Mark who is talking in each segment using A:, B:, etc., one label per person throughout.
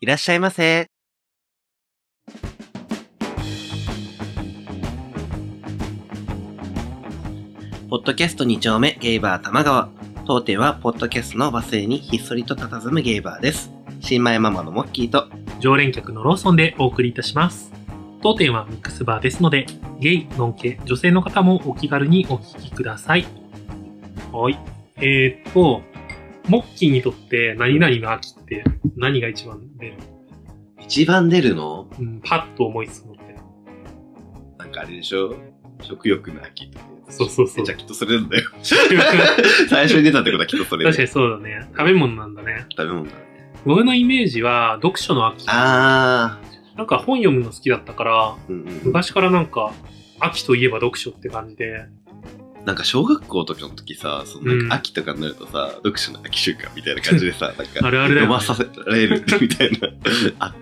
A: いらっしゃいませ。ポッドキャスト2丁目ゲイバー玉川。当店はポッドキャストのバス停にひっそりと佇むゲイバーです。新米ママのモッキーと、
B: 常連客のローソンでお送りいたします。当店はミックスバーですので、ゲイ、ノンケ、女性の方もお気軽にお聞きください。はい。えー、っと、モッキーにとって何々の秋って何が一番出る、
A: 一番出るの
B: うん、パッと思いつくのって。
A: なんかあれでしょ食欲の秋とかいうやつ
B: そうそうそう
A: じゃあきっとそれなん だよ。
B: 確
A: 最初に出たってことはきっとそれで。
B: かにそうだね。食べ物なんだね。
A: 食べ物だね。
B: 僕のイメージは読書の秋。
A: あ
B: なんか本読むの好きだったから、
A: ー。うんうん。
B: 昔からなんか、秋といえば読書って感じで、
A: なんか小学校とかの時さ、そのなんか秋とかになるとさ、読書の秋週間みたいな感じでさ、なんか
B: あるあるだ
A: 読
B: よね
A: まさせられ るみたいな。あ、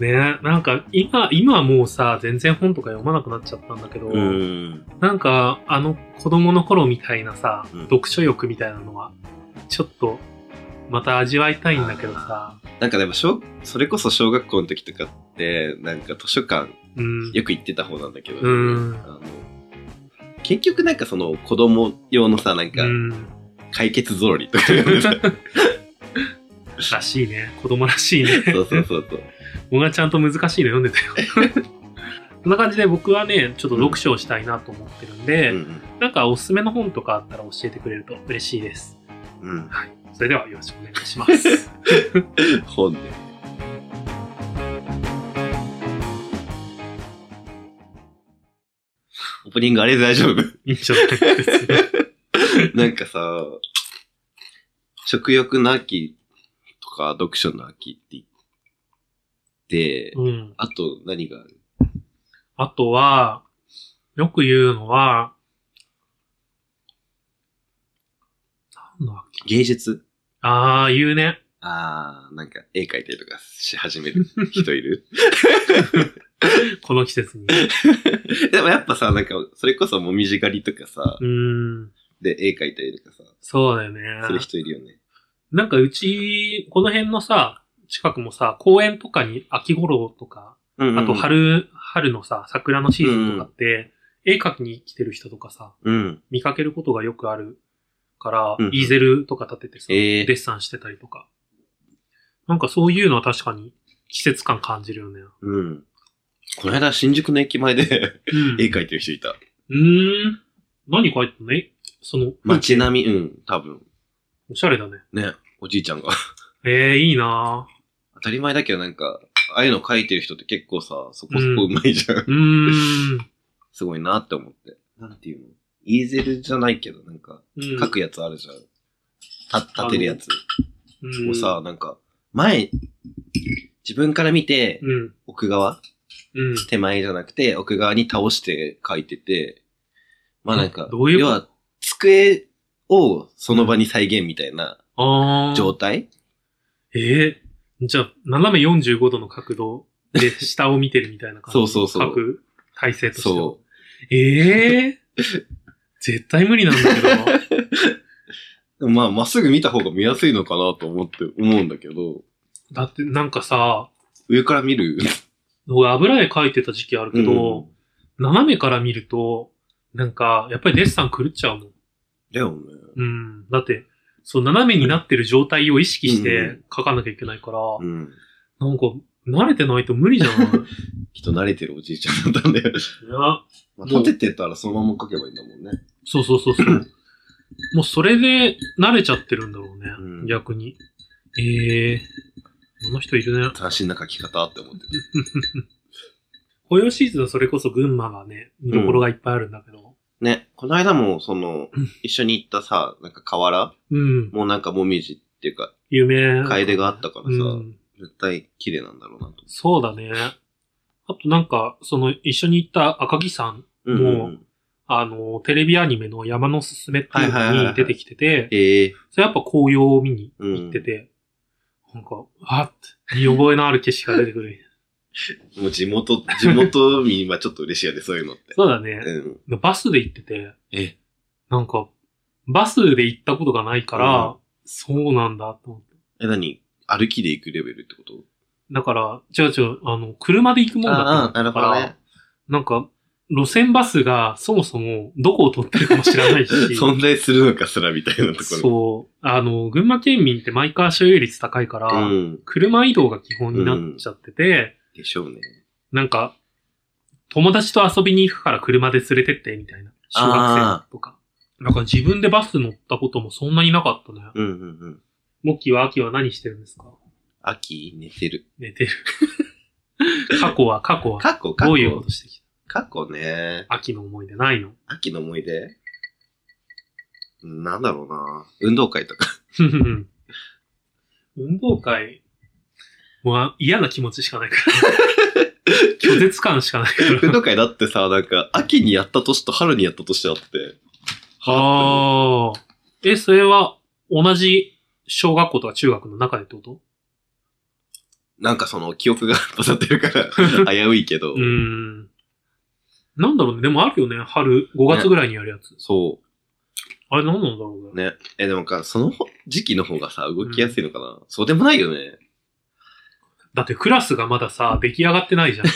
B: ねなんか今、今はもうさ、全然本とか読まなくなっちゃったんだけど、
A: うーん。
B: なんかあの子供の頃みたいなさ、
A: うん
B: 読書欲みたいなのは、ちょっとまた味わいたいんだけどさ、
A: なんかでも小、それこそ小学校の時とかって、なんか図書館
B: うん。
A: よく行ってた方なんだけど、
B: うん
A: あの結局なんかその子供用のさ、なんか
B: うん。
A: 解決ぞろりとかいうのさ
B: らしいね。子供らしい ね。
A: そうそうそうそう。
B: 僕がちゃんと難しいの読んでたよ。 そんな感じで僕はね、ちょっと読書をしたいなと思ってるんで、
A: うん
B: なんかおすすめの本とかあったら教えてくれると嬉しいです。
A: うん。うん
B: はい。それではよろしくお願いします。
A: 本で。オープニングあれで大丈夫
B: いいんじゃないですか。
A: なんかさ、食欲の秋とか読書の秋って言って、
B: うん。
A: あと何がある
B: あとは、よく言うのは、なんだっけ
A: 芸術
B: ああ、言うね。
A: あー、なんか絵描いたりとかし始め る人いる
B: この季節に。
A: でもやっぱさ、なんかそれこそもみじ狩りとかさ
B: う、ーん。
A: で絵描いたりとかさ、
B: そうだよ
A: する
B: ね。
A: 人いるよね。
B: なんかうち、この辺のさ、近くもさ、公園とかに秋頃とか、
A: うんうん
B: あと。春、春のさ、桜のシーズンとかって、絵描きに来てる人とかさ、
A: うん。
B: 見かけることがよくあるから、
A: うんうん
B: イーゼルとか立ててさ、
A: えー
B: デッサンしてたりとか。なんかそういうのは確かに季節感感じるよね。
A: うん。この間、新宿の駅前で
B: うん。
A: 絵描いてる人いた。
B: うーん。何書いてんのえその、
A: 街並み、うん、多分。
B: おしゃれだね。
A: ね、おじいちゃんが。
B: ええー、いいなぁ
A: 当たり前だけどなんか、ああいうの描いてる人って結構さ、そこそこうまいじゃん。
B: うーん。
A: すごいなって思って。なんていうのイーゼルじゃないけど、なんか、
B: うん
A: 描くやつあるじゃん。た、立てるやつ
B: うん
A: をさ、なんか、前、自分から見て、
B: うん。
A: 奥側
B: うん。
A: 手前じゃなくて、奥側に倒して描いてて、まあなんか、
B: どういうこ
A: 要
B: と
A: は、机をその場に再現みたいな
B: ああ。
A: 状態、
B: ええー。じゃあ、斜め45度の角度で下を見てるみたいな感じ。
A: そうそうそう
B: 書く体勢としては。
A: そう。
B: ええー。絶対無理なんだけど。
A: まあ、まっすぐ見た方が見やすいのかなと思って、思うんだけど、
B: だってなんかさ、
A: 上から見る。
B: 僕油絵描いてた時期あるけど、斜めから見ると、なんか、やっぱりデッサン狂っちゃうもん。
A: だよね。
B: うん。だって、そう、斜めになってる状態を意識し
A: う
B: て
A: ん
B: 書かなきゃいけないから、
A: うん。
B: なんか、慣れてないと 無理じゃないい
A: きっと慣れてるおじいちゃんだ ったんだよ。
B: や
A: まあ、立ててたらそのまま書けばいいんだもんね。
B: そうそうそうそう。もうそれで慣れちゃってるんだろうね。
A: うん
B: 逆に。ええこの人いるね。
A: 斬新な書き方って思ってる。
B: 紅葉シーズンはそれこそ群馬がね、見どころがいっぱいあるんだけど。
A: ね、この間も、その、一緒に行ったさ、なんか河原
B: うん。
A: もうなんかもみじっていうか、
B: 有名。
A: 楓があったからさ、
B: うん。
A: 絶対綺麗なんだろうなと。
B: そうだね。あとなんか、その一緒に行った赤木さん、
A: うんうんうん。
B: あの、テレビアニメの山のすすめっていう
A: はいはいはいは
B: の
A: い
B: に出てきてて、
A: ええ
B: それやっぱ紅葉を見に
A: うん
B: 行ってて、なんか、あって、見覚えのある景色が出てくる。
A: もう地元、 地元民はちょっと嬉しいよね、そういうのって。
B: そうだね。
A: うん。
B: バスで行ってて、
A: え
B: なんか、バスで行ったことがないから、そうなんだと思って。
A: え、何歩きで行くレベルってこと
B: だから、違う違う、あの、車で行くもん
A: あ
B: だ
A: あ、
B: と
A: な
B: 思
A: る
B: った
A: ほ
B: から、
A: どね。
B: なんか、路線バスがそもそもどこを取ってるかも知 らないし、
A: 存在するのかすらみたいなところ。
B: そう、あの、群馬県民ってマイカー所有率高いから、
A: うん。
B: 車移動が基本になっちゃってて、
A: でしょうね。
B: なんか、友達と遊びに行くから車で連れてって、みたいな。小学生とか。なんか自分でバス乗ったこともそんなになかったね。
A: うんうんうん。
B: モッキーは秋は何してるんですか
A: 秋寝てる。
B: 寝てる。過去は過去は。
A: 過去、過去。
B: どういうことしてき
A: 過去ね。
B: た秋の思い出ないの
A: 秋の思い出うんなんだろうな運動会と か。
B: 運動会は嫌な気持ちしかないから。拒絶感しかないから。
A: 運動会だってさ、なんか、秋にやった年と春にやった年であって。はぁ。
B: ああ。え、それは同じ小学校とか中学の中でってこと
A: なんかその記憶が混ざってるから、 危ういけど。
B: うーん。なんだろうね。でもあるよね。春、5月ぐらいにやるやつ。
A: そ
B: あれ何なんだろう
A: う。
B: ね。
A: ね。え、でもか、その時期の方がさ、動きやすいのかな、そうでもないよね。
B: だってクラスがまださ、出来上がってないじゃん。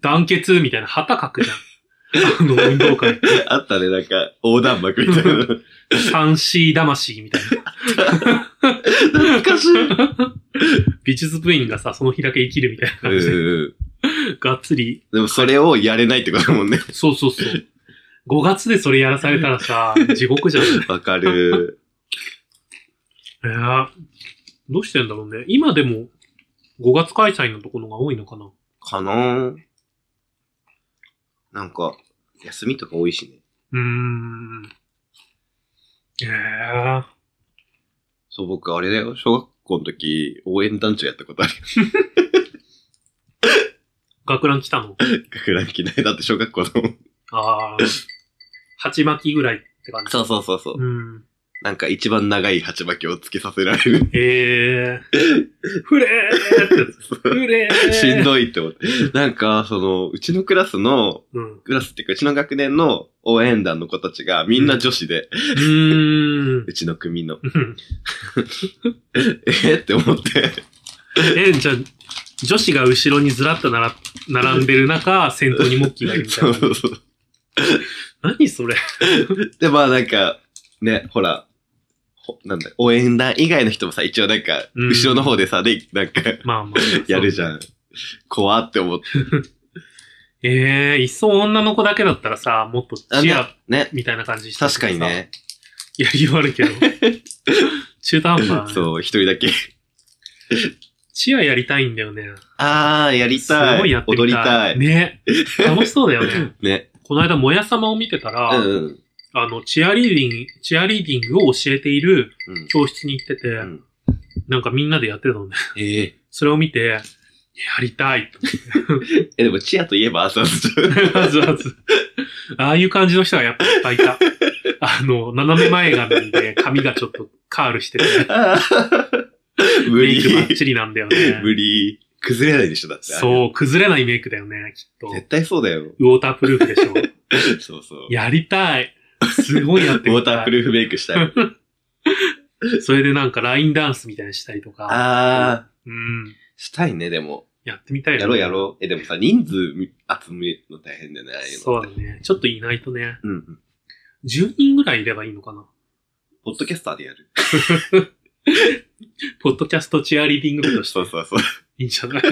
B: 団結みたいな旗書くじゃん。あの運動会。
A: あったね、なんか、横断幕みたいな。
B: 三 C 魂みたいな。
A: 懐かしい。
B: 美術部員がさ、その日だけ生きるみたいな
A: う
B: 感じで。
A: ん。
B: がっつり。
A: でもそれをやれないってことだもんね。
B: そうそうそう。5月でそれやらされた らさ、地獄じゃん。
A: わかる。
B: えー、どうしてんだろうね。今でも5月開催のところが多いのかな。
A: かなぁなんか、休みとか多いしね。
B: うーん。えー、
A: そう、僕、あれだよ。小学校の時、応援団長やったことあるよ。
B: 学ラン来たの
A: 学ラン着ない。だって小学校の。
B: ああ。鉢巻きぐらいって感じ。
A: そうそうそうそう。
B: うん。
A: なんか一番長い鉢巻きをつけさせられる。
B: ええー。ふれーってやつ。ふれー。
A: しんどいって思って。なんか、その、うちのクラスの、
B: うん。
A: クラスっていうか、うちの学年の応援団の子たちがみんな女子で、
B: うーん
A: う。ちの組の、
B: うん
A: えーって思って、
B: え、じゃあ、女子が後ろにずらっとなら並んでる中、先頭にモッキーがいるみた
A: そ
B: いうな
A: そ。うそう。
B: 何それ。
A: で、まあなんか、ね、ほら、ほなんだ、応援団以外の人もさ、一応なんか、
B: うん
A: 後ろの方でさ、で、なんか、
B: まあまあ。
A: やるじゃん。怖って思って。
B: ええいっそ女の子だけだったらさ、もっと
A: あ
B: チア
A: ね、
B: みたいな感じして
A: 確かに。ね。
B: やりよう あるけど。中途半端だね、
A: そう、一人だけ。
B: チアやりたいんだよね。
A: あー、やりたい。
B: すごいやってみたい。
A: 踊りたい。ね。
B: ね。楽しそうだよね。この間、もや様を見てたら、
A: うんうん。
B: あの、チアリーディング、チアリーディングを教えている
A: うん
B: 教室に行ってて、
A: ん
B: なんかみんなでやってたのね。
A: ええ
B: それを見て、やりたいと。
A: え、でも、チアといえば朝朝 じゃん。
B: はずはず。ああいう感じの人がやっぱいっぱいいた。あの、斜め前髪で髪がちょっとカールしてて、
A: あー無
B: メイクバッ
A: 理。
B: チリなんだよね。
A: 無理。崩れないでしょ、だって。
B: そう、崩れないメイクだよね、きっと。
A: 絶対そうだよ。
B: ウォータープルーフでしょ。
A: そうそう。
B: やりたい。すごいやって
A: ウ
B: みたい
A: ォータープルーフメイクしたい。
B: それでなんかラインダンスみたいにしたりとか。
A: あー、
B: うん。
A: したいね、でも。
B: やってみたいよね
A: やろうやろう。え、でもさ、人数集めるの大変だよね、ああいうの。
B: そうだね。ちょっといないとね。
A: うんうん。
B: 10人ぐらいいればいいのかな。
A: ポッドキャスターでやる。
B: ポッドキャストチアリーディング部として
A: そうそう そう。
B: いいんじゃない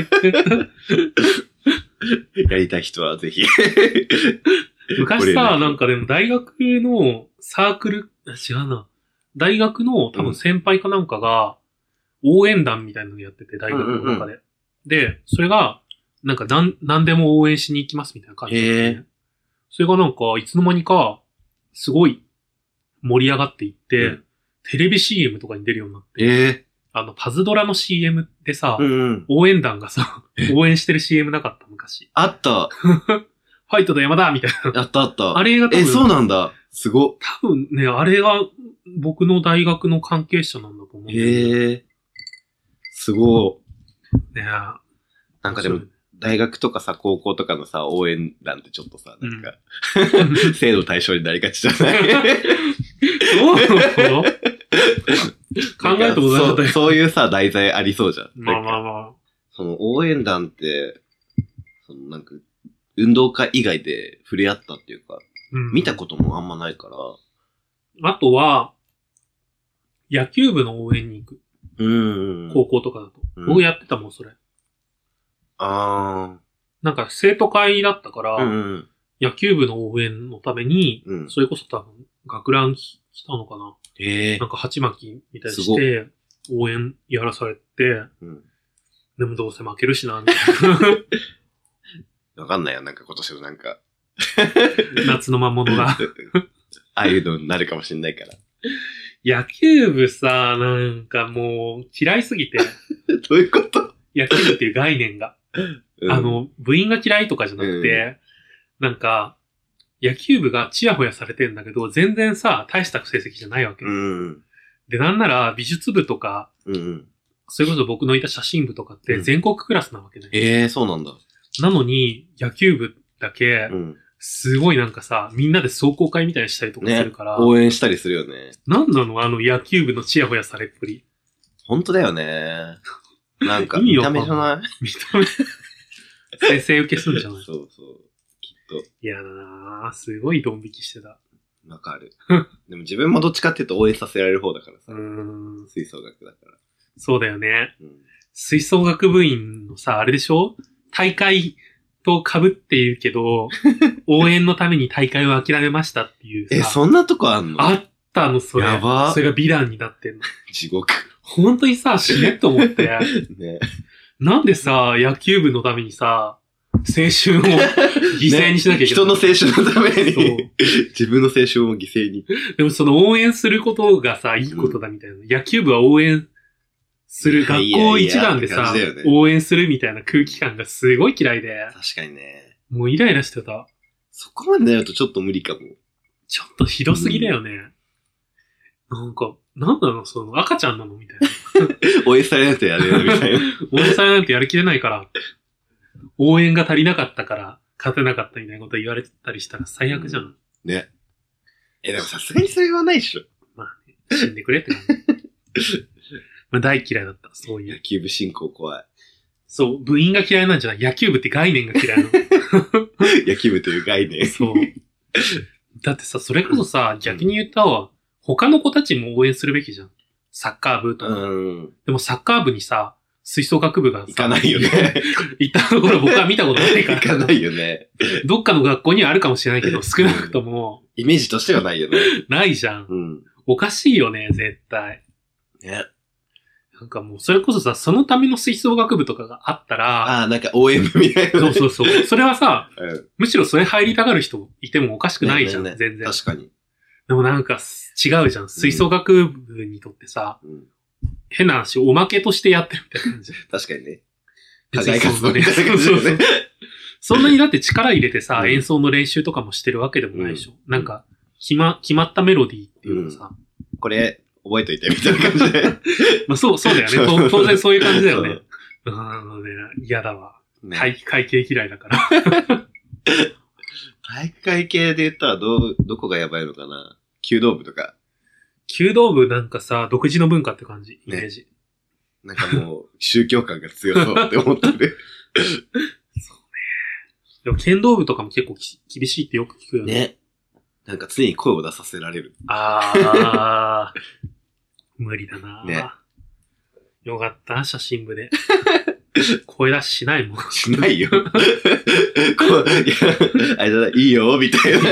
A: やりたい人はぜひ。
B: 昔
A: これ
B: さ、
A: ね
B: なんかでも大学のサークル、あ違うな。大学の多分先輩かなんかが、応援団みたいなのやってて、大学の中で。
A: うんうん
B: で、それが、なんかなん、何でも応援しに行きますみたいな感じだったね、
A: へえ
B: それがなんか、いつの間にか、すごい盛り上がっていって、
A: うん
B: テレビ CM とかに出るようになって、
A: ええ
B: あの、パズドラの CM でさ、
A: うんうん。
B: 応援団が さ、応援してる CM なかった昔。
A: あった。
B: ファイトの山だみたいな。
A: あったあった。
B: あれが多分、
A: え、そうなんだ。すご。
B: 多分ね、あれが僕の大学の関係者なんだと思うんだよね。
A: ええすごい。
B: ね
A: なん かでも、大学とかさ、高校とかのさ、応援団ってちょっとさ、なんか、 生の対象になりがちじゃない
B: そう そう考えたことなかった
A: そう
B: よ。
A: そういうさ、題材ありそうじゃん。
B: ま
A: な
B: あま
A: んか
B: あまあ。
A: その応援団って、そのなんか、運動会以外で触れ合ったっていうか、
B: うん
A: 見たこともあんまないから、
B: あとは、野球部の応援に行く。
A: うん。
B: 高校とかだと。
A: うん
B: 僕やってたもん、それ。
A: あ
B: なんか生徒会だったから、
A: あ。うんうん。
B: 野球部の応援のために、
A: うん。
B: それこそ多分、学ラン着来たのかな。
A: ええ
B: なんか鉢巻きみたいに
A: すご
B: して、応援やらされて、
A: うん。
B: でもどうせ負けるしな、みたい
A: わかんないよ、なんか今年のなんか、
B: な。 夏の魔物が。
A: ああいうのになるかもしんないから。
B: 野球部さ、なんかもう嫌いすぎて、
A: どういうこと、
B: 野球部っていう概念が。
A: うん
B: あ、の、部員が嫌いとかじゃなくて、なんか、野球部がチヤホヤされてんだけど、全然さ、大した成績じゃないわけ。
A: うん。
B: で、なんなら美術部とか、
A: うん。
B: それこそ僕のいた写真部とかって
A: うん
B: 全国クラスなわけね。
A: ええそうなんだ。
B: なのに、野球部だけ
A: う、ん。
B: すごいなんかさ、みんなで壮行会みたいにしたりとかするから、
A: 応援したりするよね。
B: なんなのあの野球部のチヤホヤされっぷり。
A: 本当だよね。なんか、
B: 意味
A: 見
B: わか
A: た
B: んない
A: 目じゃ ない
B: 見た目。先生受けすんじゃない
A: そうそう。きっと。
B: いやだなぁ、すごいドン引きしてた。
A: わかる。 でも自分もどっちかっていうと応援させられる方だから
B: う
A: さ。
B: ーん、
A: 吹奏楽だから。
B: そうだよね。
A: うん。
B: 吹奏楽部員のさ、あれでしょ大会と被っているけ ど、応援のために大会を諦めましたっていうさ。
A: え、そんなとこあんの
B: あったの、それ。
A: やば
B: それが美談になってんの。
A: 地獄。
B: 本当にさ、死ねと 思って。
A: ね。
B: なんでさ、野球部のためにさ、青春 を犠牲にしなきゃいけない。
A: 人の青春のために、
B: そ
A: 自分の青春を犠牲に。
B: う。でもその応援することがさ、いいことだみたいな。野球部は応援する。
A: いや
B: 学
A: いや
B: 校一番で
A: いや
B: さ
A: って感じだよね、
B: 応援するみたいな空気感がすごい嫌いで、
A: 確かにね。
B: もうイライラしてた。
A: そこまでなるとちょっと無理かも。
B: ちょっとひどすぎだよね。なんか、なんなのその赤ちゃんなのみたいな。
A: 応援されないとやれよ、みたいな。
B: 応援されなんてやる気出ないから、応援が足りなかったから、勝てなかったみたいなこと言われたりしたら最悪じゃん。
A: ね。え、でもさすがにそれはないでしょ。
B: 死んでくれって感じ。 まあ大嫌いだった、そうい
A: 野
B: う。
A: 球部進行怖い。
B: そう、部員が嫌いなんじゃない野球部って概念が嫌いなの。
A: 野球部という概念。
B: そう。 だってさ、それこそさ、逆に言ったわ、他の子たちも応援するべきじゃん。サッカー部とか。
A: うん。
B: でもサッカー部にさ、吹奏楽部がさ、
A: 行かないよ。ね。
B: 行ったところ僕は見たことないから。
A: 行かないよね。
B: どっかの学校にはあるかもしれないけど、少なくとも、
A: イメージとしてはないよね。
B: ないじゃん。
A: うん。
B: おかしいよね、絶対。
A: ね。
B: なんかもう、それこそさ、そのための吹奏楽部とかがあったら、
A: ああ、なんか応援部みたいなね。
B: そうそ うそう。それはさ、
A: うん
B: むしろそれ入りたがる人いてもおかしくないじゃん、
A: ねねね
B: 全然。
A: 確かに。
B: でもなんか違うじゃん。吹奏楽部にとってさ、
A: うん
B: 変な話、おまけとしてやってるみたいな感じ。
A: 確かにね。課
B: 別に
A: 外活動みたいな
B: そ
A: 感
B: う
A: じ
B: そうそ
A: で
B: う
A: ね。。
B: そんなにだって力入れてさ、
A: うん
B: 演奏の練習とかもしてるわけでもないでしょ。なんか、決ま、決まったメロディーっていうのさ、
A: これ、覚えといて、みたいな感じで。
B: まあそう、そうだよね。 と当然そういう感じだよね。うんあのね、嫌だわ。
A: ね。
B: 会会計嫌いだから。
A: 体育会系で言ったら、どう、どこがやばいのかな弓道部とか。
B: 弓道部なんかさ、独自の文化って感じ、イメージ。
A: なんかもう、宗教感が強そうって思ってる。
B: でも剣道部とかも結構き厳しいってよく聞くよね。
A: ね。なんか常に声を出させられる。
B: ああ、無理だな、
A: ね
B: よかった、写真部で。 声出ししないもん。
A: しないよ。こう、いや、あれじゃない、いいよ、みたいな。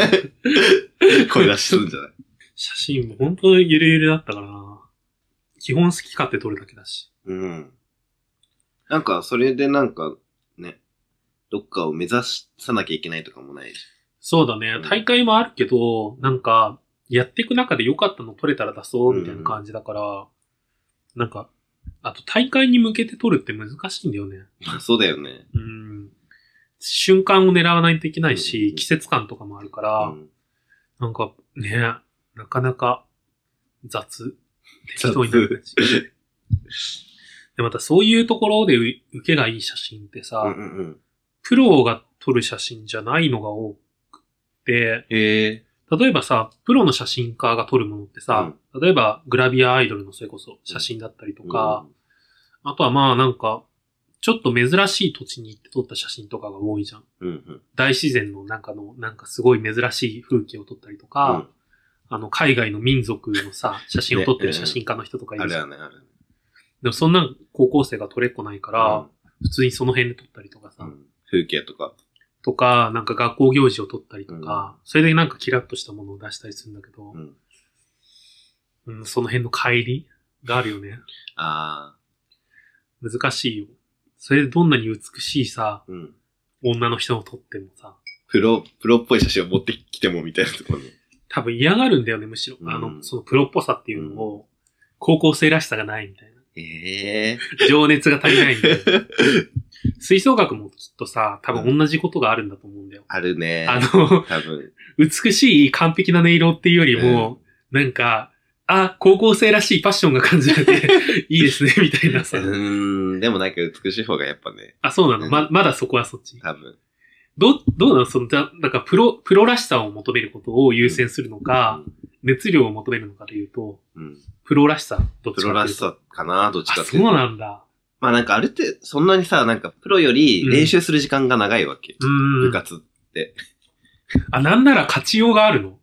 A: 声出しするんじゃない
B: 写真部、本当にゆるゆるだったからな。基本好き勝手撮るだけだし。
A: うん。なんか、それでなんか、ね、どっかを目指さなきゃいけないとかもないし。
B: そうだね。大会もあるけど、なんか、やっていく中で良かったの撮れたら出そう、みたいな感じだから、なんか、あと大会に向けて撮るって難しいんだよね。
A: まあ、そうだよね。
B: うん。瞬間を狙わないといけない
A: うんう
B: し、
A: ん
B: 季節感とかもあるから、
A: うん
B: なんかね、なかなか雑。
A: 雑
B: 適当になる感じ。で、またそういうところで受けがいい写真ってさ、
A: うんうんうん。
B: プロが撮る写真じゃないのが多くて、
A: へえ。
B: 例えばさ、プロの写真家が撮るものってさ、例えばグラビアアイドルのそれこそ写真だったりとか、あとはまあなんか、ちょっと珍しい土地に行って撮った写真とかが多いじゃん。
A: うんうん。
B: 大自然の中の、なんかすごい珍しい風景を撮ったりとか、あの、海外の民族のさ、 写真を撮ってる写真家の人とか
A: う
B: い
A: ん、あ
B: る
A: る
B: じゃん。
A: よね、あるよね。
B: でもそんなん高校生が撮れっこないから、普通にその辺で撮ったりとか
A: う
B: さ、
A: ん、うん風景とか。
B: とか、なんか学校行事を撮ったりとか、それでなんかキラッとしたものを出したりするんだけど
A: う、ん。
B: うん、その辺の帰りがあるよね。
A: あ
B: 難しいよ。それでどんなに美しいさ、
A: ー、うん。
B: 女の人を撮ってもさ、
A: プロ、プロっぽい写真を持ってきてもみたいなところね。
B: 多分嫌がるんだよね、むしろ。あ
A: う
B: の、
A: ん
B: そのプロっぽさっていうのを、高校生らしさがないみたいな。
A: ええ
B: 情熱が足りな いみたいな。吹奏楽もきっとさ、多分同じことがあるんだと思うんだよ。
A: あるね。
B: あの、
A: 多分。
B: 美しい完璧な音色っていうよりも、なんか、あ、高校生らしいパッションが感じられ て、いいですね、みたいな
A: う
B: さ。
A: ーん、でもなんか美しい方がやっぱね、
B: あ、そうなの、ま、まだそこはそっち。
A: 多分。
B: ど、どうなのその、だ、なんか、プロ、プロらしさを求めることを優先するのか、熱量を求めるのかで言うと、
A: うん。
B: プロらしさ、どっ
A: プ
B: ちかっていうと
A: ロらしさかな、どっちかっ
B: あ、
A: て
B: そ
A: いう
B: う
A: と。
B: なんだ。
A: まあなんかあるって、そんなにさ、なんかプロより練習する時間が長いわけ。
B: う
A: 部
B: ん。
A: 活。
B: あ、なんなら勝ちようがあるの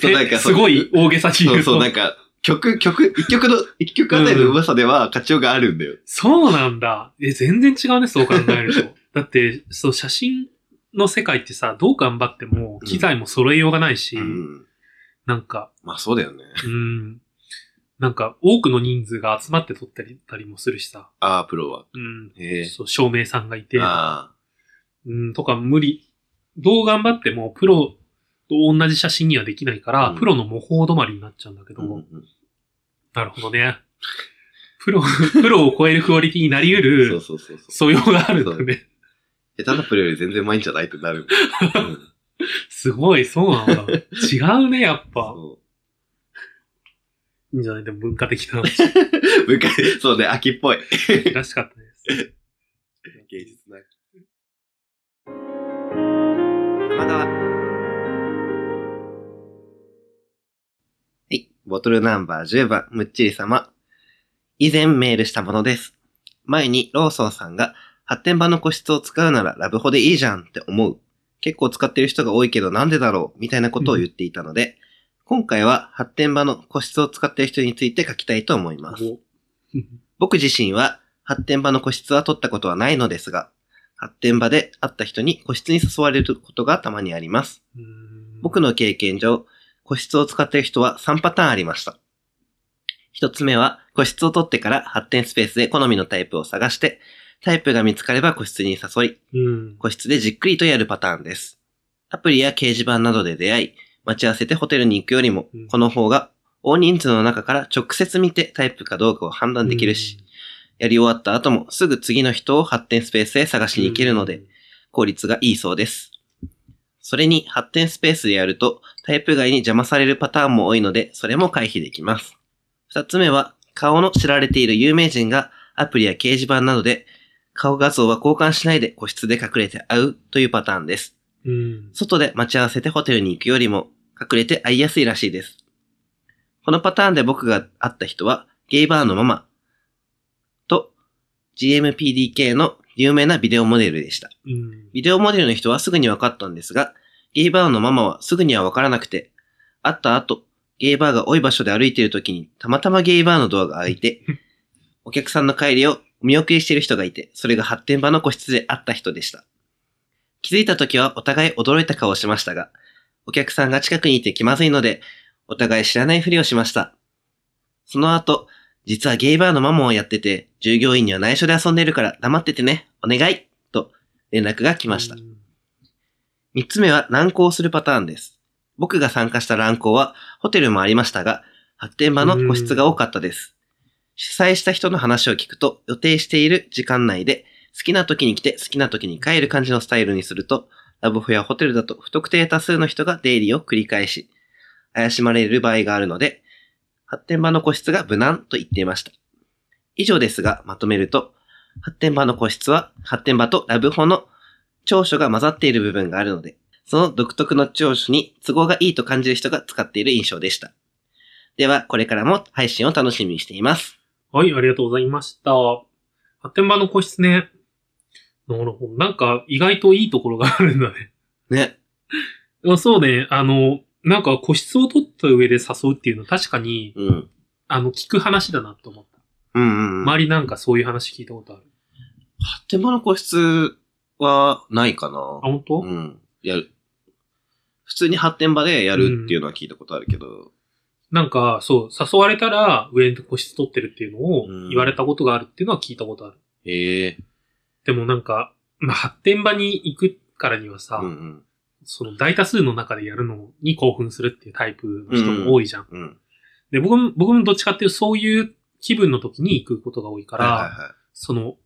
A: そうなん
B: え
A: か
B: すごい大げさに言う
A: そう
B: と。
A: そう、なんか、曲、曲、一曲の、一曲あたりのうまさでは、価値があるんだよ。
B: そうなんだ。え、全然違うね、そう考えると。 だって、そう、写真の世界ってさ、どう頑張っても、機材も揃えようがないし、
A: うん。
B: なんか、
A: まあそうだよね。
B: うん、なんか、多くの人数が集まって撮ったりたりもするしさ、
A: ああ、プロは。
B: うん、
A: へえ。
B: そう、照明さんがいて、
A: あ
B: うん、とか無理。どう頑張っても、プロと同じ写真にはできないから、
A: うん
B: プロの模倣止まりになっちゃうんだけ
A: あ。
B: ど、
A: うんうん
B: なるほどね。プロ、プロを超えるクオリティになり
A: そ
B: 得る
A: う、そうそうそう。
B: 素養があるんだ
A: そう
B: ね。
A: 下手なプロより全然前んじゃないってなる。 うん
B: すごい、そう なんだ。違うね、やっぱ。
A: そ
B: いいんじゃないでも文化的な。
A: う部活そうね、秋っぽい。
B: らしかったです。
A: 芸術なまだ。はい。ボトルナンバー10番、むっちり様。以前メールしたものです。前にローソンさんが発展版の個室を使うならラブホでいいじゃんって思う。結構使ってる人が多いけどなんでだろうみたいなことを言っていたので、今回は発展場の個室を使ってる人について書きたいと思います。僕自身は発展場の個室は取ったことはないのですが、発展場で会った人に個室に誘われることがたまにあります。僕
B: の、
A: の経験上、個室を使っている人は3パターンありました。一つ目は、個室を取ってから発展スペースで好みのタイプを探して、タイプが見つかれば個室に誘い、
B: うん。
A: 個室でじっくりとやるパターンです。アプリや掲示板などで出会い、待ち合わせてホテルに行くよりも
B: うん、
A: この方が大人数の中から直接見てタイプかどうかを判断できるし、やり終わった後もすぐ次の人を発展スペースへ探し
B: うん、
A: に行けるので、効率がいいそうです。それに発展スペースでやるとタイプ外に邪魔されるパターンも多いので、それも回避できます。二つ目は、顔の知られている有名人がアプリや掲示板などで顔画像は交換しないで個室で隠れて会うというパターンです。
B: うん。
A: 外で待ち合わせてホテルに行くよりも隠れて会いやすいらしいです。このパターンで僕が会った人はゲイバーのママと GMPDK の有名なビデオモデルでした。
B: うん。
A: ビデオモデルの人はすぐに分かったんですが、ゲイバーのママはすぐには分からなくて、会った後、ゲイバーが多い場所で歩いている時にたまたまゲイバーのドアが開いて、お客さんの帰りをお見送りしている人がいて、それが発展場の個室で会った人でした。気づいた時はお互い驚いた顔をしましたが、お客さんが近くにいて気まずいので、お互い知らないふりをしました。その後、実はゲイバーのママをやってて、従業員には内緒で遊んでるから黙っててね、お願いと連絡が来ました
B: う。ん。
A: 三つ目は乱行するパターンです。僕が参加した乱行はホテルもありましたが、発展場の個室が多かったです。主催した人の話を聞くと、予定している時間内で好きな時に来て好きな時に帰る感じのスタイルにすると、ラブホやホテルだと不特定多数の人が出入りを繰り返し、怪しまれる場合があるので、発展場の個室が無難と言っていました。以上ですが、まとめると、発展場の個室は、発展場とラブホの長所が混ざっている部分があるので、その独特の長所に都合がいいと感じる人が使っている印象でした。では、これからも配信を楽しみにしています。
B: はい、ありがとうございました。発発展版の個室ね。なるほど。なんか、意外といいところがあるんだね。
A: ね。
B: あそうね、あの、なんか個室を取った上で誘うっていうのは確かに、
A: うん。
B: あの、聞く話だなと思った。
A: うんうんうん。
B: 周りなんかそういう話聞いたことある。
A: 手間の個室はないか
B: あ、
A: な。
B: 本当？
A: うん。やる。普通に発展場でやるっていうのは聞いたことあるけど。
B: なんか、そう、誘われたら上の個室取ってるっていうのを
A: うん
B: 言われたことがあるっていうのは聞いたことある。
A: へえ。
B: でもなんか、まあ、発展場に行くからにはさ、
A: うんうん。
B: その大多数の中でやるのに興奮するっていうタイプの人も多いじゃん。
A: うん。
B: で、僕も、僕もどっちかっていうとそういう気分の時に行くことが多いから、
A: はいはいは
B: その、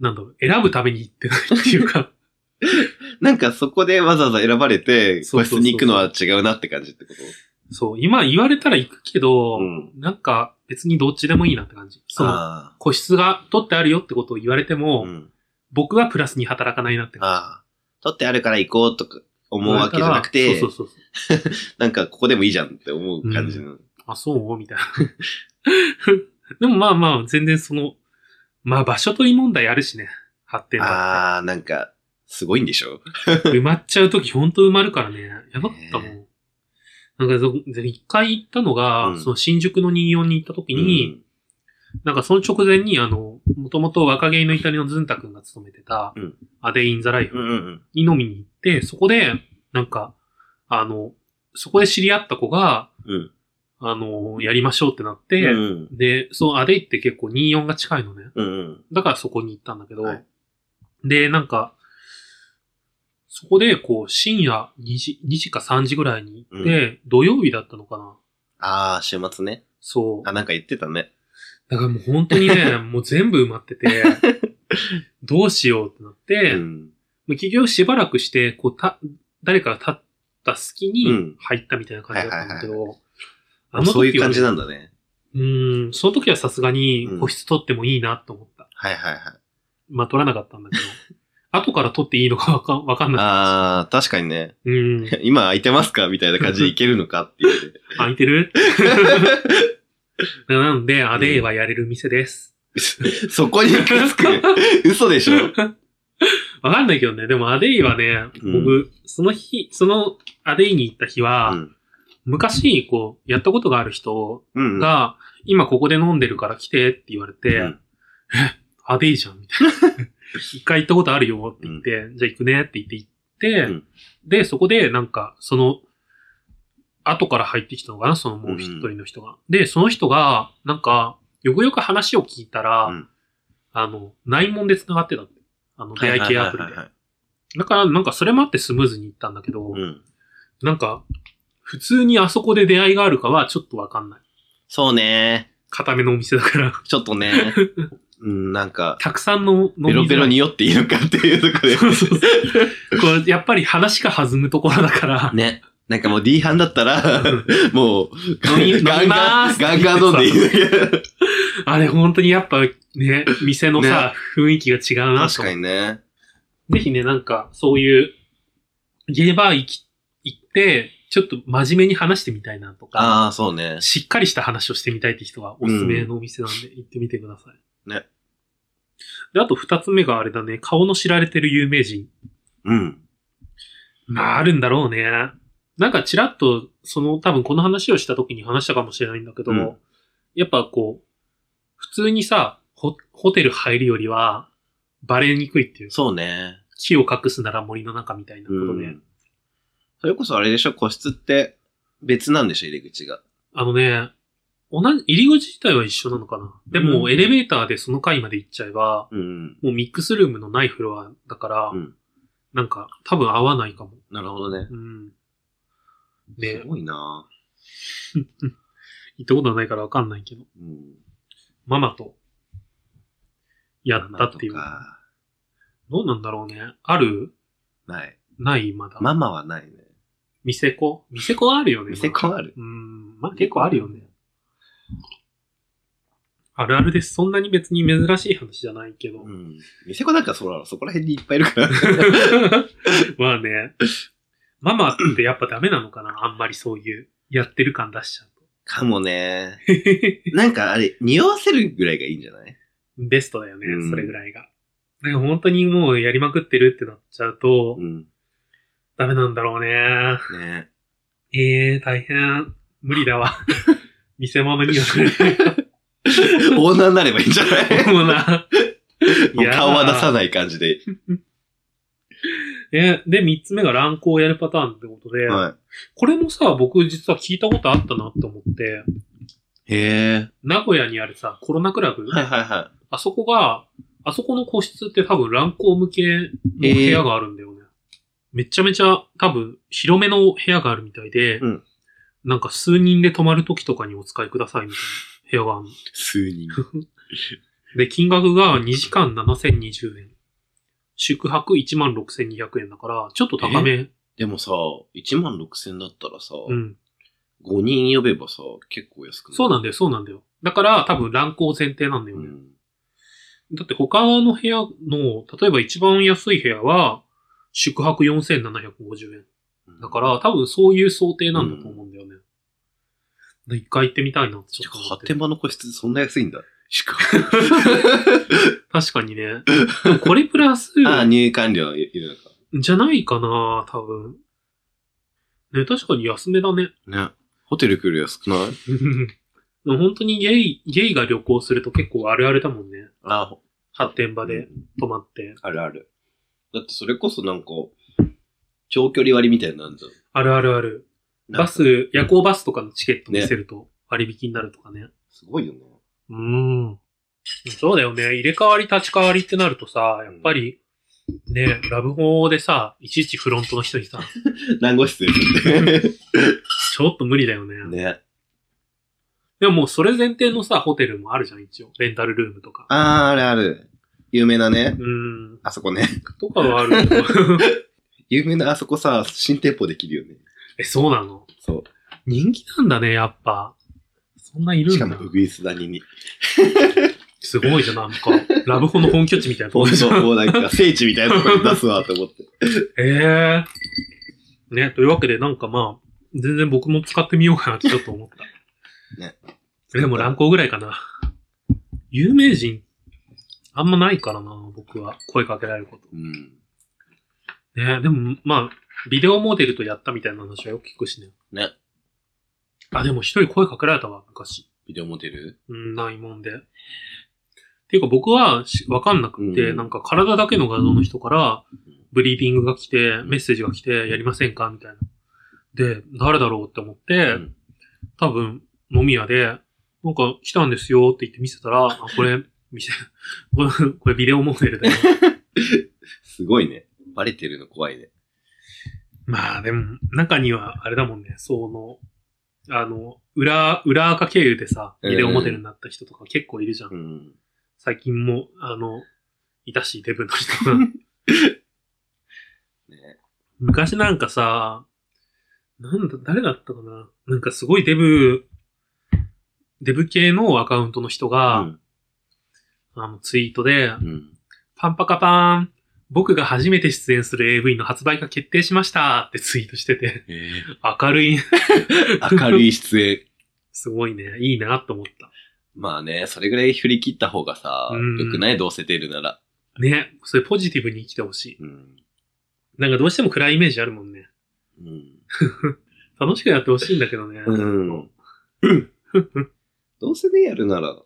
B: なんだろう、選ぶために行ってないってい うか、
A: い。なんかそこでわざわざ選ばれて、
B: そう
A: 個
B: そうそう
A: 室に行くのは違うなって感じってこ
B: そう、今言われたら行くけ
A: と
B: ど、
A: うん。
B: なんか別にどっちでもいいなって感じ。その、
A: あ
B: 個室が取ってあるよってことを言われて
A: あ。
B: も、
A: うん。
B: 僕はプラスに働かないなって感
A: ああ。取ってあるから行こうとか
B: じ。
A: 思うわけじゃなくて
B: そ、うそうそうそう。
A: なんかここでもいいじゃんって思う感じの。
B: あ、そうみたいな。 でもまあまあ、全然その、まあ場所取り問題あるしね。発展が。
A: ああ、なんか、すごいんでしょ
B: 埋まっちゃうときほんと埋まるからね。やばかったもん。なんかそ、で一回行ったのが、
A: うん
B: その新宿の24に行ったときに、
A: うん
B: なんかその直前に、あの、もともと若芸のイタリアのズンタ君が勤めてた
A: うん、
B: アデイン・ザ・ライ
A: う
B: フ
A: んうん
B: に飲みに行って、そこで、なんか、あの、そこで知り合った子が、
A: うん。
B: あの、やりましょうってなっ
A: うん。
B: て、
A: うん
B: で、そう、アデイって結構24が近いのね。
A: うん。
B: だからそこに行ったんだけど、
A: はい
B: で、なんか、そこで、こう、深夜2時、2時か3時ぐらいに行って、土曜日だったのかな。
A: ああ、週末ね。
B: そう。
A: あ、なんか言ってたね。
B: だからもう本当 にね、もう全部埋まってて、どうしようってなって、
A: うん。
B: もう結局しばらくして、こう、た、誰かが立った隙
A: う
B: に
A: ん
B: 入ったみたいな感じだったんだけど、あの時はね
A: そういう感じなんだね。
B: うん、その時はさすがに
A: うん
B: 個室取ってもいいなと思った。
A: はいはいはい。
B: まあ取らなかったんだけど、 後から取っていいのかわかんわかんな
A: ああ、確かにね。
B: い。うん、
A: 今空いてますかみたいな感じでいけるのかって いうね。
B: 空いてるなので、アデイはやれる店です。
A: そこに行くつく。嘘でしょ
B: わかんないけどね、でもアデイはね、
A: うん
B: 僕、その日、そのアデイに行った日は、
A: うん。
B: 昔、こう、やったことがある人
A: うん。
B: が、今ここで飲んでるから来てって言われて、
A: うん
B: アデイじゃん、みたいな。 一回行ったことあるよって言って、じゃあ行くねって言って行って、
A: うん
B: で、そこでなんか、その、後から入ってきたのかな、そのもう一人の人が。で、その人が、なんか、よくよく話を聞いたら、
A: うん
B: あの、内門で繋がってたって。あの、出会い系アプリ
A: はい
B: で
A: はい。
B: だから、なんかそれもあってスムーズに行ったんだけど、
A: はいはいうん。
B: なんか、普通にあそこで出会いがあるかはちょっとわかんない。
A: そうね。
B: 固めのお店だから、
A: ちょっと ね。うん、なんか、
B: たくさんの飲み
A: ベロベロ
B: に。
A: に酔っていいのかっていうとこ
B: そうそうそう
A: ろ
B: こうやっぱり話が弾むところだから
A: で。、ね。なんかもう D 班だった ら、もう、
B: み飲み
A: ガン
B: ま
A: ガ
B: ー
A: ン、
B: す
A: ガンガン飲んでいいのか。
B: あれ本当にやっぱね、店のさ、雰囲気が違うな
A: 確
B: と。
A: かにね。
B: ぜひね、なんか、そういう、ゲーバー行き、行って、ちょっと真面目に話してみたいなとか、
A: ああ、そうね。
B: しっかりした話をしてみたいって人はおすすめのお店なんで、行ってみてください。
A: ね。
B: で、あと二つ目があれだね、顔の知られてる有名人。
A: うん。
B: まあ、あるんだろうね。なんかちらっと、その多分この話をした時に話したかもしれないんだけど、
A: うん
B: やっぱこう、普通にさ、ホホテル入るよりは、バレにくいっていう。
A: そうね。
B: 木を隠すなら森の中みたいなことで。
A: うんそれこそあれでしょ個室って別なんでしょ入り口が。
B: あのね、同じ、入り口自体は一緒なのかな。でも、
A: うん
B: エレベーターでその階まで行っちゃえば、
A: うん。
B: もうミックスルームのないフロアだから、
A: うん
B: なんか、多分合わないかも。
A: なるほどね。
B: うん。ね
A: すごいな
B: 行ったことはないからわかんないけど。
A: うん。
B: ママと、やったっていう
A: マ。マとか
B: どうなんだろうね。ある
A: ない。
B: ないまだ。
A: ママはないね。
B: 店子店子はあるよね。
A: 店
B: ま
A: 子ある
B: だうん。まあ結構あるよね。あるあるです。そんなに別に珍しい話じゃないけど。
A: うん。店子なんかそら、そこら辺にいっぱいいるから。
B: まあね。ママってやっぱダメなのかなあんまりそういう、やってる感出しちゃうと。
A: かもね。なんかあれ、匂わせるぐらいがいいんじゃない
B: ベストだよね、
A: うん
B: それぐらいが。だから本当にもうやりまくってるってなっちゃうと、
A: うん。
B: ダメなんだろうね。
A: ね
B: ええー、大変。無理だわ。 偽物にはなれない
A: オーナーになればいいんじゃない
B: かもな。
A: もう顔は出さ
B: い
A: ない感じで。
B: やー。えで、三つ目が乱行をやるパターンってことで、
A: は
B: これもさ、僕実は聞いたことあったなって思って、
A: い。へえ。
B: 名古屋にあるさ、コロナクラブ、
A: はいはいは
B: あそこが、あそこの個室って多分乱行向けの部屋があるんだよね。めちゃめちゃ多分広めの部屋があるみたいで、
A: うん
B: なんか数人で泊まる時とかにお使いくださいみたいな部屋があるの
A: い。数人。
B: で、金額が2時間7020円。宿泊16,200円だから、ちょっと高め。
A: でもさ、1万6千だったらさ、
B: うん。
A: 5人呼べばさ、結構安くない
B: そうなんだよ、そうなんだよ。だから、多分乱行前提なんだよ
A: う
B: ね。
A: ん。
B: だって他の部屋の、例えば一番安い部屋は、宿泊4750円。だから、、多分そういう想定なんだと思うんだよね。で一回行ってみたいなってち
A: て
B: ょっ
A: か、
B: と思
A: ハ
B: って
A: テ
B: る。
A: マの個室そんな安いんだ。しか
B: 確かにね。でもこれプラ ス、
A: ああ、入館料いる
B: じゃないかな、多分。ね、確かに安めだね。
A: のか。ね。ホテル来るよ少ない
B: でも本当にゲイ、ゲイが旅行すると結構あるあるだもんね。
A: ああ、
B: 発展場
A: う
B: で
A: ん
B: 泊まって。
A: あるある。だってそれこそなんか、長距離割みたいなのあるじゃん
B: あるあるある。
A: なん
B: バ
A: か。
B: ス、夜行バスとかのチケット見せると割引になるとかね。
A: すごいよね。
B: うーん。そうだよね。入れ替わり立ち替わりってなるとさ、やっぱり、ね、ラブホでさ、いちいちフロントの人にさ、
A: 何号室ですって。
B: ちょっと無理だよね。
A: ね。
B: でももうそれ前提のさ、ホテルもあるじゃん、一応。レンタルルームとか。
A: ああ、あるある。有名なね
B: う。ーん。
A: あそこね。
B: とかはある けど。
A: 有名なあそこさ、新店舗できるよね。
B: え、そうなの
A: そ
B: 人気なんだね、やっぱ。そんないる
A: う。
B: んだ。
A: しかも、ウグイス谷に。
B: すごいじゃん、な んか。ラブホの本拠地みたいなと
A: ほ
B: こ
A: ん
B: でし
A: と、
B: ょ。
A: もうなんか聖地みたいなとこに出すわと思って。
B: ええね、というわけで、なんかまあ、全然僕も使ってみようかなってちょっと思った。
A: ね。
B: でも乱行ぐらいかな。有名人、あんまないからな、僕は。声かけられること。
A: うん。
B: ね、でもまあ、ビデオモデルとやったみたいな話はよく聞くしね。
A: ね。
B: あ、でも一人声かけられたわ、昔。
A: ビデオモデル
B: うん、ないもんで。っていうか僕はしわかんなくて、
A: うん
B: なんか体だけの画像の人から
A: ん、
B: ブリーフィングが来て、メッセージが来て、やりませんかみたいな。で、誰だろうって思って、
A: ん
B: 多分、飲み屋で、なんか来たんですよって言って見せたら、あ、これ、見せ、これ、 これビデオモデルだよ。
A: すごいね。バレてるの怖いね。
B: まあでも、中には、あれだもんね、その、あの、裏、裏垢経由でさ、ビデオモデルになった人とか結構いるじゃん。
A: うん。
B: 最近も、あの、いたし、デブの人が。
A: ね。
B: 昔なんかさ、なんだ、誰だったかななんかすごいデブ、デブ系のアカウントの人が、あの、ツイートで、
A: うん。うん。
B: パンパカパン、僕が初めて出演する AV の発売が決定しましたってツイートしてて、
A: え
B: 明るい、
A: ー明るい出演。
B: すごいね、いいなと思っ
A: まあね、それぐらい振り切った方がさ、
B: うん
A: よくないどうせ出るなら。
B: た。ね、それポジティブに生きてほしい。
A: うん。
B: なんかどうしても暗いイメージあるもんね。
A: うん。
B: 楽しくやってほしいんだけどね。
A: うん。どうせね、やるなら、うん、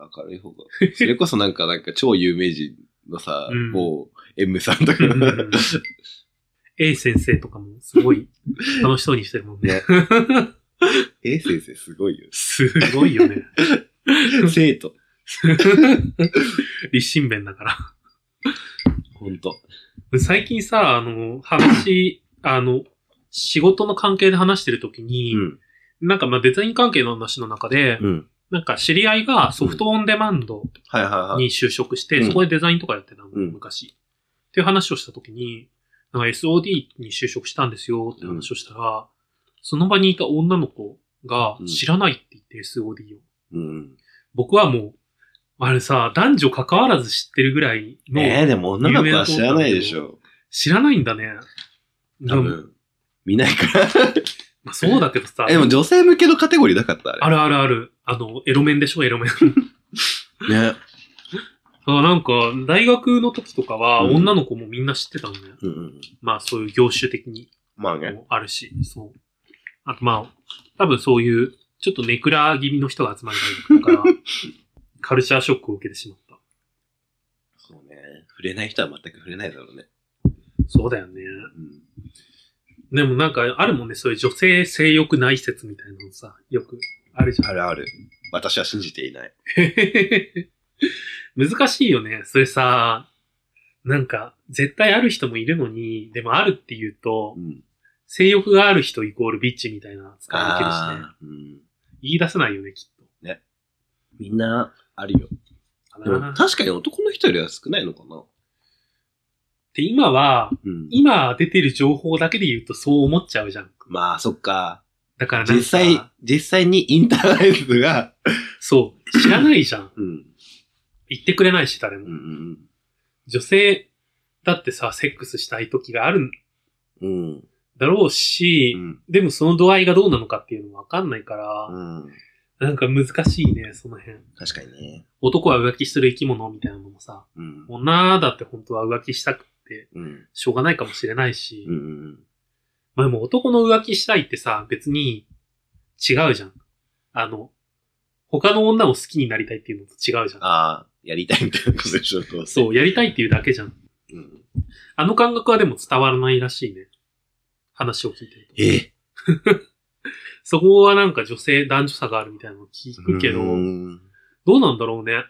A: 明るい方 が。それこそなんか、なんか超有名人のさ、
B: うん
A: もう、M さんとか、
B: A 先生とかもすごい楽しそうにしてるもんね。
A: ね A 先生すごいよ。
B: すごいよね。
A: 生徒。
B: 立身弁だから。
A: ほんと。
B: 最近さ、あの、話、あの、仕事の関係で話してるときに、
A: うん。
B: なんかまあデザイン関係の話の中で、
A: うん。
B: なんか知り合いがソフトオンデマンド
A: はいはいはい。
B: に就職して、
A: うん
B: そこでデザインとかやってたの、
A: うん
B: 昔。っていう話をしたときに、なんか SOD に就職したんですよって話をしたら、その場にいた女の子が
A: うん
B: 知らないって言って SOD を。
A: うん。
B: 僕はもう、あれさ、男女関わらず知ってるぐらいの、
A: えー、でも女の子は知らないでしょ。
B: 知らないんだね。
A: 多
B: でも
A: 分。見ないから。
B: まあ、そうだけどさ。
A: え、でも女性向けのカテゴリーなかったあれ。
B: あるあるある。あの、エロ面でしょ、エロ面。
A: ね。
B: そう、なんか、大学の時とかは、
A: うん
B: 女の子もみんな知ってたのね。
A: うんうん。
B: まあ、そういう業種的に
A: まあね。
B: もあるし、そう。あと、まあ、多分そういう、ちょっとネクラ気味の人が集まる大学 だから、カルチャーショックを受けてしまった。
A: そうね。触れない人は全く触れないだろうね。
B: そうだよね。
A: うん。
B: でもなんか、あるもんね、そういう女性性欲ない説みたいなのさ、よくあるじゃん。
A: あるある。私は信じていない。
B: 難しいよね。それさ、なんか、絶対ある人もいるのに、でもあるって言うと
A: う、ん。
B: 性欲がある人イコールビッチみたいな使い受けるしね。
A: あー、うん。
B: 言い出せないよね、きっと。
A: みんな、あるよ。で
B: あ
A: も
B: ーっ
A: 確かに男の人よりは少ないのかな。
B: て今は、
A: うん。
B: 今出てる情報だけで言うとそう思っちゃうじゃん。
A: まあ、そっか。
B: だからなんか
A: 実際、実際にインターネットが、
B: そう、知らないじゃん。
A: うん。
B: 言ってくれないし、誰
A: う
B: も。
A: ん
B: 女性だってさ、セックスしたい時があるん
A: うん。うん。
B: だろうし、
A: うん。
B: でもその度合いがどうなのかっていうのもわかんないから、
A: うん。
B: なんか難しいね、その辺。
A: 確かにね。
B: 男は浮気する生き物みたいなのもさ、
A: うん。
B: 女だって本当は浮気したくて
A: うん。
B: しょうがないかもしれないし、
A: うんうん。
B: まあでも男の浮気したいってさ、別に違うじゃん。あの、他の女を好きになりたいっていうのと違うじゃん。
A: ああ、やりたいみたいなことでしょ、どうせ
B: そう、やりたいっていうだけじゃん。
A: うん。
B: あの感覚はでも伝わらないらしいね。話を聞いてると。
A: ええ。
B: そこはなんか女性、男女差があるみたいなの聞くけど、
A: うん。
B: どうなんだろうね。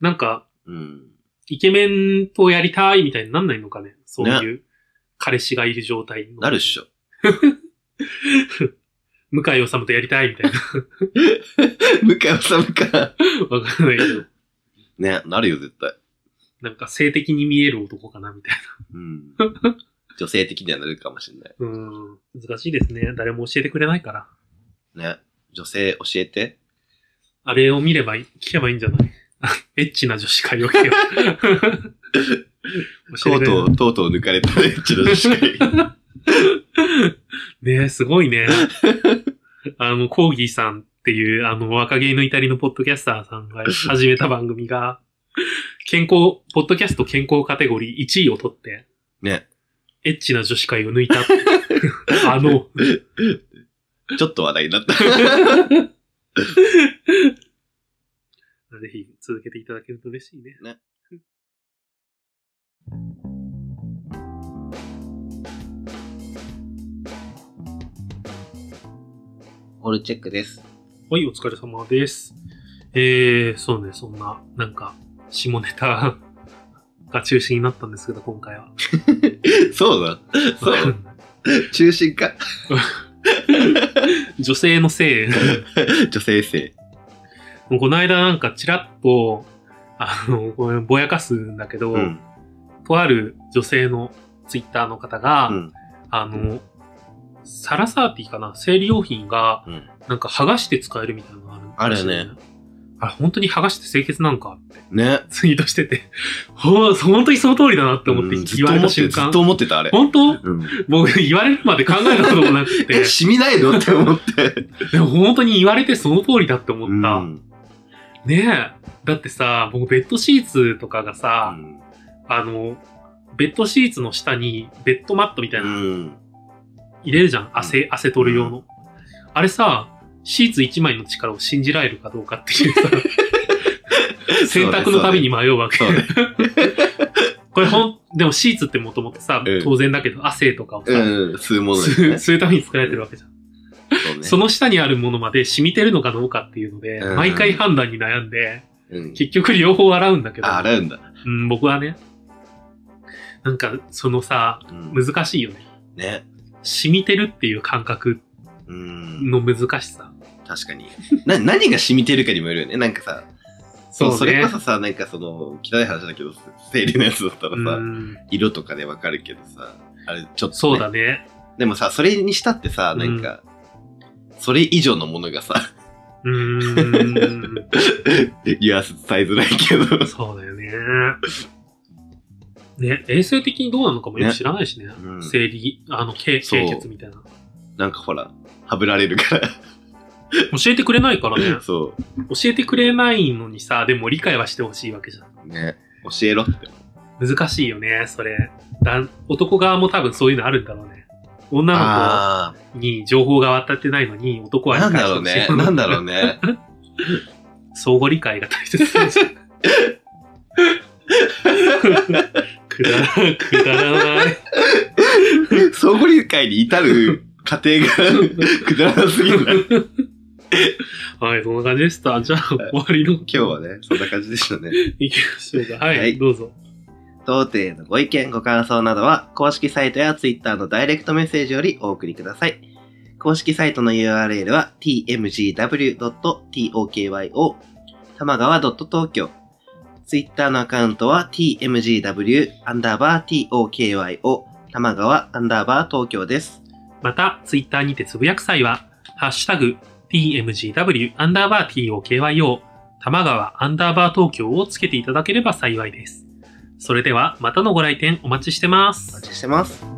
B: なんか、
A: うん。
B: イケメンとやりたいみたいになんないのかね。そういう彼氏がいる状態の。
A: なるっしょ。
B: 向井治とやりたいみたいな。
A: 向井治か。
B: わかんないけど。
A: ね、なるよ、絶対。
B: なんか性的に見える男かなみたい
A: うん。女性的にはなるかもしれない。
B: な。うん。難しいですね。誰も教えてくれないから。
A: ね。女性教えて。
B: あれを見ればいい、聞けばいいんじゃない エッチな女子会を聞けば。教
A: と
B: え
A: う
B: てくれ
A: と、
B: ないう
A: とうとう抜かれたね、うちの女子会。
B: ねえ、すごいね。 あの、コーギーさんっていう、あの、若気の至りのポッドキャスターさんが始めた番組が、健康、ポッドキャスト健康カテゴリー1位を取って、
A: ね。
B: エッチな女子会を抜いたって。あの、
A: ちょっと話題になった。
B: ぜひ続けていただけると嬉しいね。
A: ねオールチェックです。
B: はい、お疲れ様です。えー、そうね、そんな、なんか、下ネタ が中心になったんですけど、今回は。
A: そうだ。そう。中心か。
B: 女性のせい。
A: 女性性。
B: もうこの間なんかちらっと、あの、これぼやかすんだけど、
A: うん。
B: とある女性のツイッターの方が、
A: うん。
B: あの、サラサーティかな生理用品が、
A: うん。
B: なんか剥がして使えるみたいなのがあるんです
A: あるよ
B: ね。あれ、本当に剥がして清潔なんかって
A: ね。
B: ツイートしてて、 ほう、本当にその通りだなって思って
A: うんずっ
B: 言
A: と
B: われ
A: 思
B: た
A: って
B: 瞬
A: ず
B: 間
A: っと。思ってた、あれ。
B: 本当
A: うん。
B: 僕言われるまで考えたこともなくて
A: え、、染みないのって思って。
B: でも本当に言われてその通りだって思
A: う
B: った。
A: ん。
B: ねえ。だってさ、僕ベッドシーツとかが
A: う
B: さ、
A: ん
B: あの、ベッドシーツの下にベッドマットみたいうなの
A: ん。
B: 入れるじゃん。汗、汗取る用の。あれさ、シーツ1枚の力を信じられるかどうかっていう さ、 選択のたびに迷うわけ
A: そう。ね。
B: これほん、でもシーツってもともとさ
A: うん、
B: 当然だけど汗とかをさ、
A: うん。吸うものです
B: 吸う
A: ね。
B: 吸うために作られてるわけじゃん。
A: そうね
B: その下にあるものまで染みてるのかどうかっていうので、
A: うん
B: 毎回判断に悩んで、
A: うん。
B: 結局両方洗うんだけど。
A: あ、洗うんだ。
B: うん、僕はね。なんか、そのさ、
A: うん
B: 難しいよね。
A: ね。
B: 染みてるっていう感覚
A: うん。
B: の難しさ。
A: 確かに。な、何が染みてるかにもよるよね。なんかさ、そう、それこそさ、なんかその、汚い話だけど、生理のやつだったら
B: う
A: さ、
B: ん
A: 色とかでわかるけどさ、あれ、ちょっと、ね。
B: そうだね。
A: でもさ、それにしたってさ、なんか、それ以上のものがさ、
B: うーん。
A: 言わせ伝えづらいけど。
B: そうだよね。ね、衛生的にどうなのかもよく
A: ね
B: 知らないしね。
A: うん
B: 生理、あの、経
A: そう
B: 経血みたいな。
A: なんかほら、はぶられるから。
B: 教えてくれないからね。
A: そ
B: 教えてくれないのにさ、でも理解はしてほしいわけじゃん。
A: う。ね。教えろって。
B: 難しいよね、それ。だ男側も多分そういうのあるんだろうね。女
A: あ
B: の子に情報が渡ってないのに男
A: あ
B: は
A: ー、なんだ
B: して
A: ろう
B: ほしい
A: ね。なんだろうね。
B: 相互理解が大切なんじゃんくだら、くだらない。
A: 相互理解に至る過程が くだらなすぎるな。今
B: はい、そんな感じでした。じゃあ、終わりの、今
A: 日はね、そんな感じでしたね。
B: 行きましょうか。はい、
A: はい
B: どうぞ。
A: 当店へのご意見、ご感想などは、公式サイトや Twitter のダイレクトメッセージよりお送りください。公式サイトの URL は tmgw.tokyo、玉川 .tokyo。Twitter のアカウントは tmgw アンダーバー tokyo、玉川アンダーバー東京です。
B: また、ツイッターにてつぶやく際は、ハッシュタグ、tmgw アンダーバー tokyo、玉川アンダーバー東京をつけていただければ幸いです。それでは、またのご来店お待ちしてます
A: お。待ちしてます。